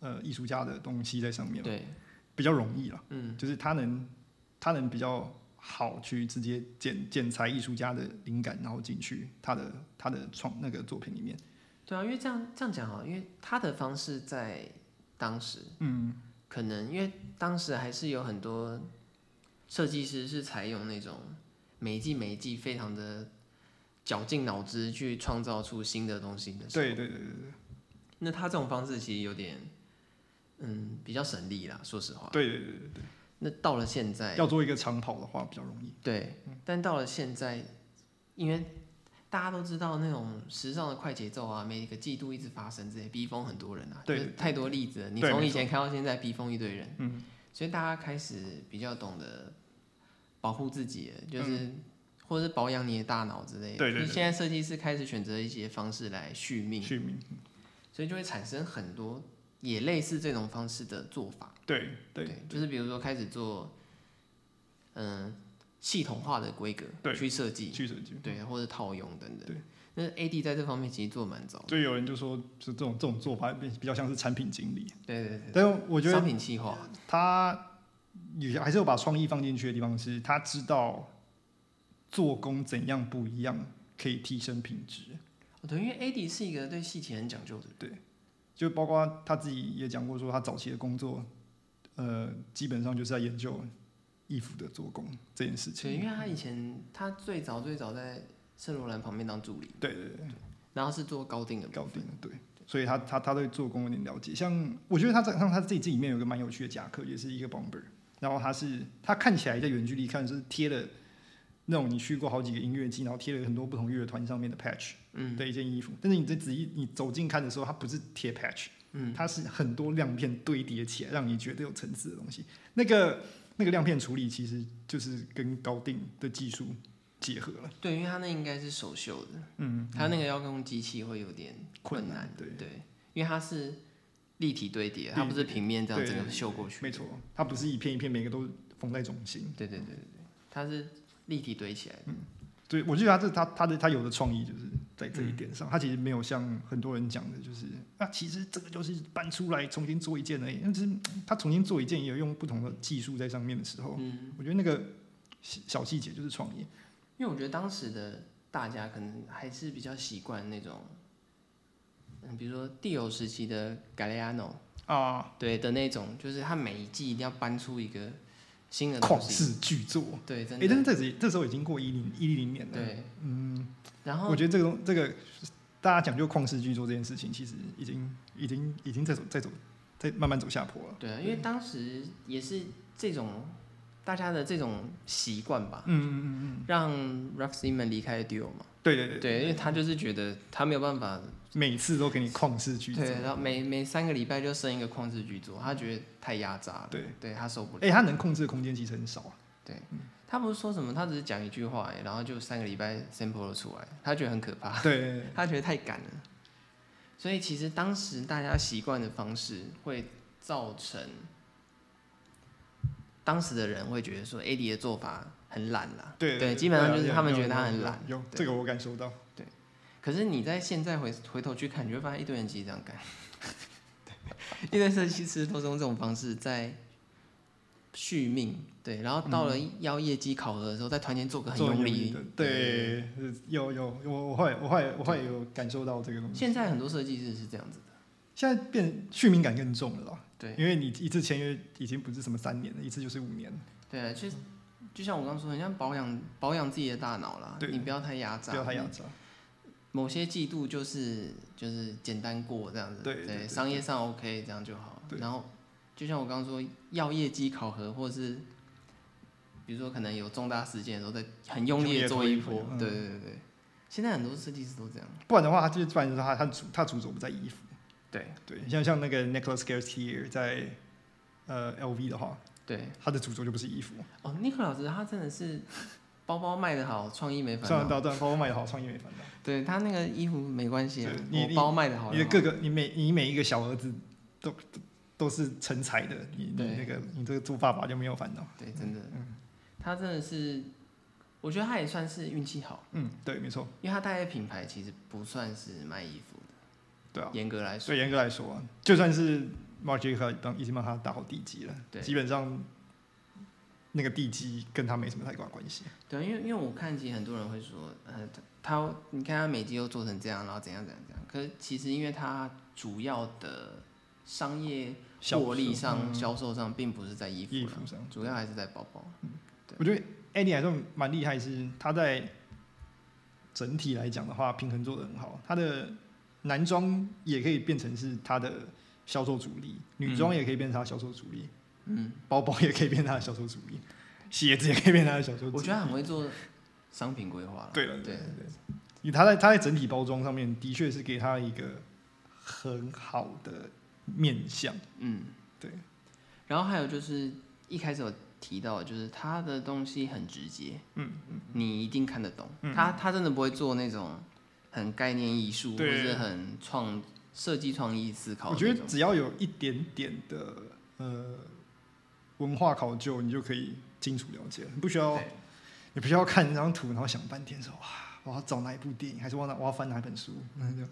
呃艺术家的东西在上面，嗯对，比较容易了。嗯，就是他能他能比较好去直接剪剪裁艺术家的灵感，然后进去他的他的创那个作品里面。对啊，因为这样这样讲啊，因为他的方式在当时嗯，可能因为当时还是有很多设计师是采用那种每一季每一季非常的绞尽脑汁去创造出新的东西的时候，对对对对对那他这种方式其实有点，嗯，比较省力啦，说实话。对对对对对，那到了现在，要做一个长跑的话比较容易。对，但到了现在，因为大家都知道那种时尚的快节奏啊，每个季度一直发生，这些逼疯很多人啊，对就是太多例子了。你对从没以前看到现在，逼疯一堆人，嗯，所以大家开始比较懂得保护自己了，就是、或者是保养你的大脑之类的。嗯对对就是对现在设计师开始选择一些方式来续命，续命，所以就会产生很多也类似这种方式的做法。对对对，就是比如说开始做，嗯、系统化的规格对去设计，去神经。对，或者套用等等。对，那 AD 在这方面其实做得蛮早的。所以有人就说，就这种这种做法比比较像是产品经理，对对对，但是我觉得商品企划，他也还是有把创意放进去的地方是，他知道做工怎样不一样可以提升品质。哦对，因为 AD 是一个对细节很讲究的人，就包括他自己也讲过说，他早期的工作，呃，基本上就是在研究衣服的做工这件事情。对，因为他以前他最早最早在圣罗兰旁边当助理，对对对，然后是做高定的部搞定分，了，对。所以他他他对做工有点了解，像我觉得他在像他自己这里面有一个蛮有趣的夹克，也是一个 bomber，然后他是他看起来在远距离看是贴了那种你去过好几个音乐季，然后贴了很多不同乐团上面的 patch 嗯的一件衣服，但是你这仔细你走近看的时候，它不是贴 patch，嗯，它是很多亮片堆叠起来，让你觉得有层次的东西。那个那个亮片处理其实就是跟高定的技术结合了，对，因为他那应该是手绣的，嗯，他那个要用机器会有点困难难，对对，因为它是立体堆叠，立它不是平面这样对整个绣过去，没错，它不是一片一片，每个都缝在中心。对对对对对，它是立体堆起来的，对，我觉得他这他他的他有的创意就是在这一点上，他其实没有像很多人讲的，就是啊，其实这个就是搬出来重新做一件而已。但是嗯他重新做一件，也有用不同的技术在上面的时候，嗯，我觉得那个小小细节就是创意。因为我觉得当时的大家可能还是比较习惯那种，嗯，比如说第九时期的 Galliano 啊，对的那种，就是他每一季一定要搬出一个新的旷东西，世巨作。对，真哎、的，但是这时这时候已经过一零一零年了，，对，嗯，然后我觉得这个东这个大家讲究旷世巨作这件事情，其实已经已经已经在走在走在慢慢走下坡了。对啊，因为当时也是这种大家的这种习惯吧，嗯嗯嗯让 Ralph Simon 离开 Duo 嘛嗯，，对对对对，因为他就是觉得他没有办法，每次都给你旷世巨作。对，然后每每三个礼拜就生一个旷世巨作，他觉得太压榨了，对，对他受不了。啊哎、他能控制的空间其实很少啊。他不是说什么，他只是讲一句话而已，然后就三个礼拜 sample 了出来，他觉得很可怕， 对，他觉得太赶了。所以其实当时大家习惯的方式会造成当时的人会觉得说 AD 的做法很懒啦，对基本上就是对啊他们有觉得他很有懒。有，有对这个我感受到。可是你在现在回回头去看，你会发现一堆人其实这样干， 对一堆设计师都是用这种方式在续命，对，然后到了要业绩考核的时候，在团前做个很做用力力的，，对，有有，我我会我会我会有感受到这个东西。现在很多设计师是这样子的，现在变续命感更重了啦，对因为你一次签约已经不是什么三年了，一次就是五年了。对啊，就就像我刚说，你像保养保养自己的大脑啦，对你不要太压榨，不要太压榨。某些季度就是就是简单过这样子，对对对商业上 OK 这样就好。对然后就像我刚刚说，要业绩考核，或是比如说可能有重大事件的时候，再很用力的做一波用力地做一波，嗯对对对对。现在很多设计师都这样，不然的话，他就是不然就是他他主他主轴不在衣服。对对，像像那个 Nicholas Garcia 在呃 LV 的话，对。他的主轴就不是衣服。哦，尼克老师他真的是包包卖的好，创意没虽 然烦恼。到但包括卖的好，创业没烦恼。对他那个衣服没关系啊对，你我包卖的好你就的好各个，你每你每一个小儿子都都都是成才的，你对你那个你这个做爸爸就没有烦恼。对，真的，嗯他真的是，我觉得他也算是运气好。嗯，对，没错，因为他带的品牌其实不算是卖衣服的，对啊。严格来说，所以严格来说、啊，就算是 Mark j a c o 帮已经帮他打好地基了，对基本上那个地基跟他没什么太大关系。对啊，因为因为我看其实很多人会说，呃，他他你看他每季都做成这样，然后怎样怎样怎样，可是其实因为他主要的商业获利销售上、嗯销售上，并不是在衣服衣啦，服上，主要还是在包包。我觉得 Eddie 还算蛮厉害，是他在整体来讲的话，平衡做得很好。他的男装也可以变成是他的销售主力，女装也可以变成他的销售主力，嗯，包包也可以变成他的销售主力，鞋子也可以变成他的销售主力。我觉得他很会做商品规划了。嗯对了，对对了对了，以他在他在整体包装上面的确是给他一个很好的面相。嗯，对。然后还有就是一开始有提到，就是他的东西很直接，嗯你一定看得懂。他他真的不会做那种很概念艺术，或对是很创设计创意思考我的觉那得种。只要有一点点的呃文化考究，你就可以清楚了解了，你不需要对你不需要看那张图，然后想半天说哇，我要找哪一部电影，还是我要我要翻哪本书，那就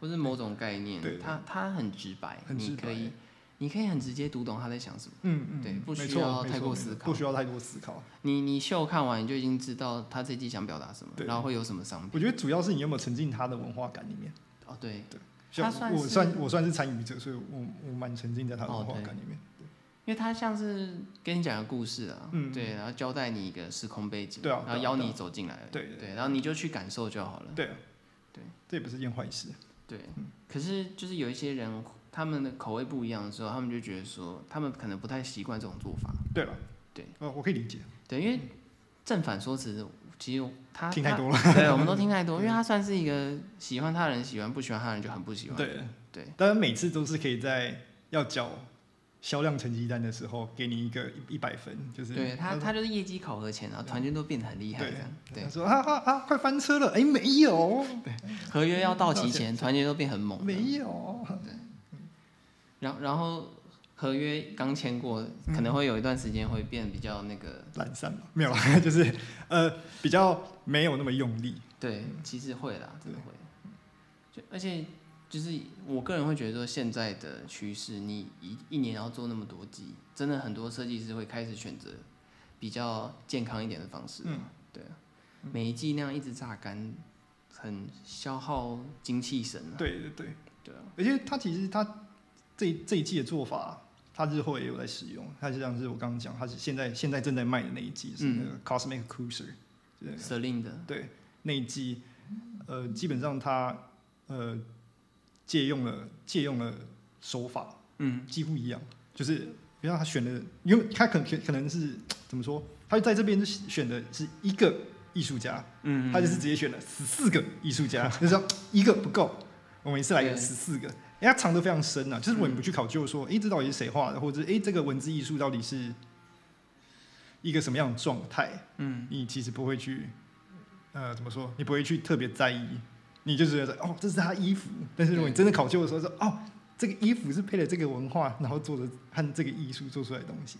或是某种概念对，他他很直白，很直白你可以你可以很直接读懂他在想什么。嗯嗯，对嗯不需没错要没太错过没错思考不需要太多思考。你你秀看完，你就已经知道他这季想表达什么，对然后会有什么商我品。觉得主要是你有没有沉浸他的文化感里面。哦，对，像他算我是算我算是参与者，所以我我蛮沉浸在他的文哦化对感里面。因为他像是跟你讲个故事啊，嗯对，然后交代你一个时空背景，对啊然后对啊邀对啊你走进来而已，对对对，然后你就去感受就好了，对啊，对，这也不是件坏事。对。嗯可是就是有一些人，他们的口味不一样的时候，他们就觉得说，他们可能不太习惯这种做法，对了，对，呃，我可以理解，对，因为正反说辞，其实他听太，多嗯了。他 对，我们都听太多，因为他算是一个喜欢他的人喜欢，不喜欢他的人就很不喜欢，对啊对，当然每次都是可以在要缴销量成绩单的时候给你一个一百分，就是嗯对他他就是业绩考核前，然后团建都变得很厉害对这样，对哦他，说啊啊啊，快翻车了！哎，没有，合约要到期 前，团建都变很猛这样，没有，然然后合约刚签过，可嗯能会有一段时间会变比较那个，懒散嘛，没有啦， 就是呃比较没有那么用力。对，其实会啦，真的会。嗯就而且就是我个人会觉得说，现在的趋势，你一一年要做那么多季，真的很多设计师会开始选择比较健康一点的方式。嗯，对啊，每一季那样一直榨干，很消耗精气神啊。对对对，对啊，而且他其实他这这一季的做法，他日后也有在使用。他就像是我刚刚讲，他是现在现在正在卖的那一季是嗯那个 Cosmic Cruiser，对舍令的，对，那一季，呃，基本上他呃借用了借用了手法，嗯，几乎一样，就是比如说他选的，因为他可能可能是怎么说，他在这边是选的是一个艺术家，嗯，他就是直接选了十四个艺术家，就是说一个不够，我们一次来对个十四个。哎，它藏得非常深啊，就是我们不去考究说，哎、这到底是谁画的，或者哎、诶这个文字艺术到底是一个什么样的状态？嗯，你其实不会去，呃，怎么说？你不会去特别在意，你就觉得哦，这是他衣服。但是如果你真的考究的时候说，哦，这个衣服是配了这个文化，然后做的和这个艺术做出来的东西。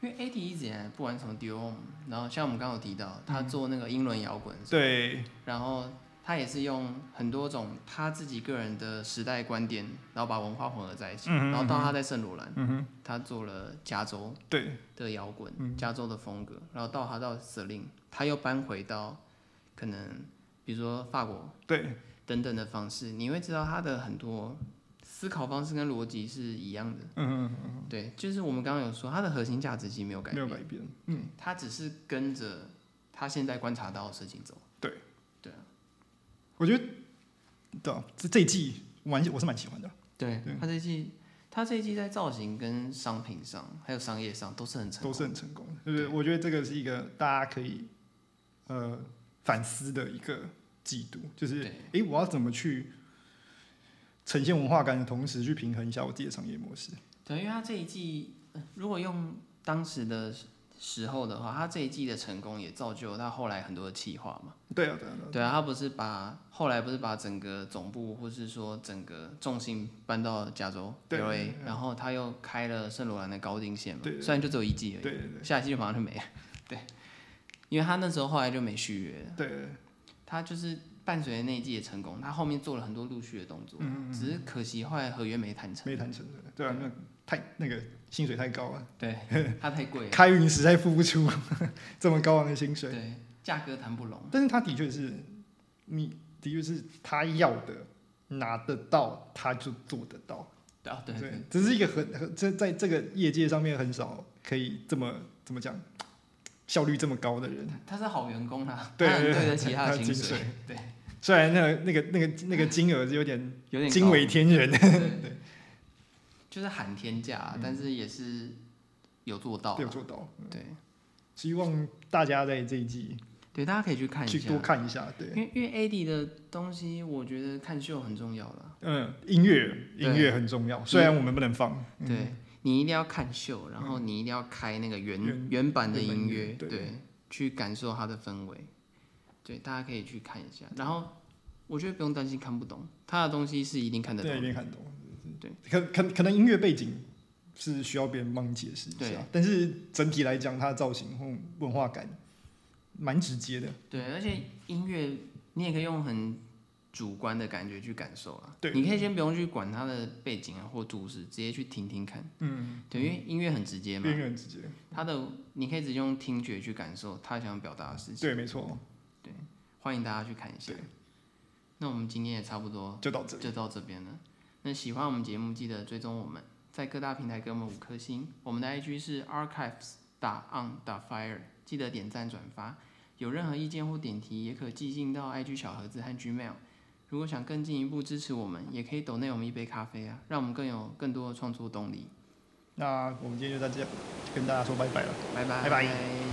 因为 AT 一直以来不管什么 Dior，然后像我们刚刚有提到，他做那个英伦摇滚，对，然后他也是用很多种他自己个人的时代观点，然后把文化混合在一起，嗯哼然后到他在圣罗兰，嗯哼，他做了加州对，的摇滚，嗯加州的风格，然后到他到 c e l i n 他又搬回到可能比如说法国对，等等的方式，你会知道他的很多思考方式跟逻辑是一样的。嗯哼，对，就是我们刚刚有说，他的核心价值其实没有改没变有。改变，嗯。他只是跟着他现在观察到的事情走。我觉得，对啊、这这一季我蛮我是蛮喜欢的。对对他这一季，他这一季在造型跟商品上，还有商业上都是很成功都的。是很成功的，对不对？我觉得这个是一个大家可以呃反思的一个季度，就是对诶，我要怎么去呈现文化感的同时，去平衡一下我自己的商业模式。对，因为他这一季，呃如果用当时的时候的话，他这一季的成功也造就了他后来很多的企划嘛。对啊，对啊，对啊对啊，他不是把后来不是把整个总部或是说整个重心搬到加州对 LA，对对然后他又开了圣罗兰的高定线嘛对对，对虽然就只有一季而已对。对对下一季就马上就没了。对，因为他那时候后来就没续约了，对对，他就是伴随着那一季的成功，他后面做了很多陆续的动作，嗯嗯嗯，只是可惜后来合约没谈成。没谈成的，对啊，那太那个薪水太高了，对，他太 贵了，开云实在付不出 这么高昂的薪水。对，价格谈不拢。但是他的确是，你的确是他要的拿得到，他就做得到。对啊，对对对，这是一个很很这在这个业界上面很少可以这么怎么讲，效率这么高的人。他是好员工啊，对他很对对对得起他的薪他的薪， 对，虽然那个那个那个那个金额是有点有点高惊为，天人， 对，就是喊天价啊，但是也是有做到啊，没有做到。对希望大家在这一季对，大家可以去看一去下多，看一下，对因，为因为 AD 的东西，我觉得看秀很重要了。嗯，音乐对音乐很重要，虽然我们不能放，嗯对你一定要看秀，然后你一定要开那个原原原版的原版音乐乐，对去感受它的氛围。对，大家可以去看一嗯下。然后我觉得不用担心看不懂，他的东西是一定看得对，一懂的。定看懂。对，可可可能音乐背景是需要别人帮你解释一对下，但是整体来讲，它的造型或文化感蛮直接的。对，而且音乐你也可以用很主观的感觉去感受啦。对你可以先不用去管它的背景啊或故事，直接去听听看。嗯，对，因为音乐很直接嘛边，缘直接，它的你可以直接用听觉去感受他想表达的事情。对，没错，欢迎大家去看一下对。那我们今天也差不多就到这里。就到这边了。那喜欢我们节目，记得追踪我们，在各大平台给我们五颗星。我们的 IG 是 archives 打 on 打 fire，记得点赞转发。有任何意见或点题，也可寄信到 IG 小盒子和 Gmail。如果想更进一步支持我们，也可以抖内我们一杯咖啡啊，让我们更有更多的创作动力。那我们今天就到这，跟大家说拜拜了。拜拜拜拜拜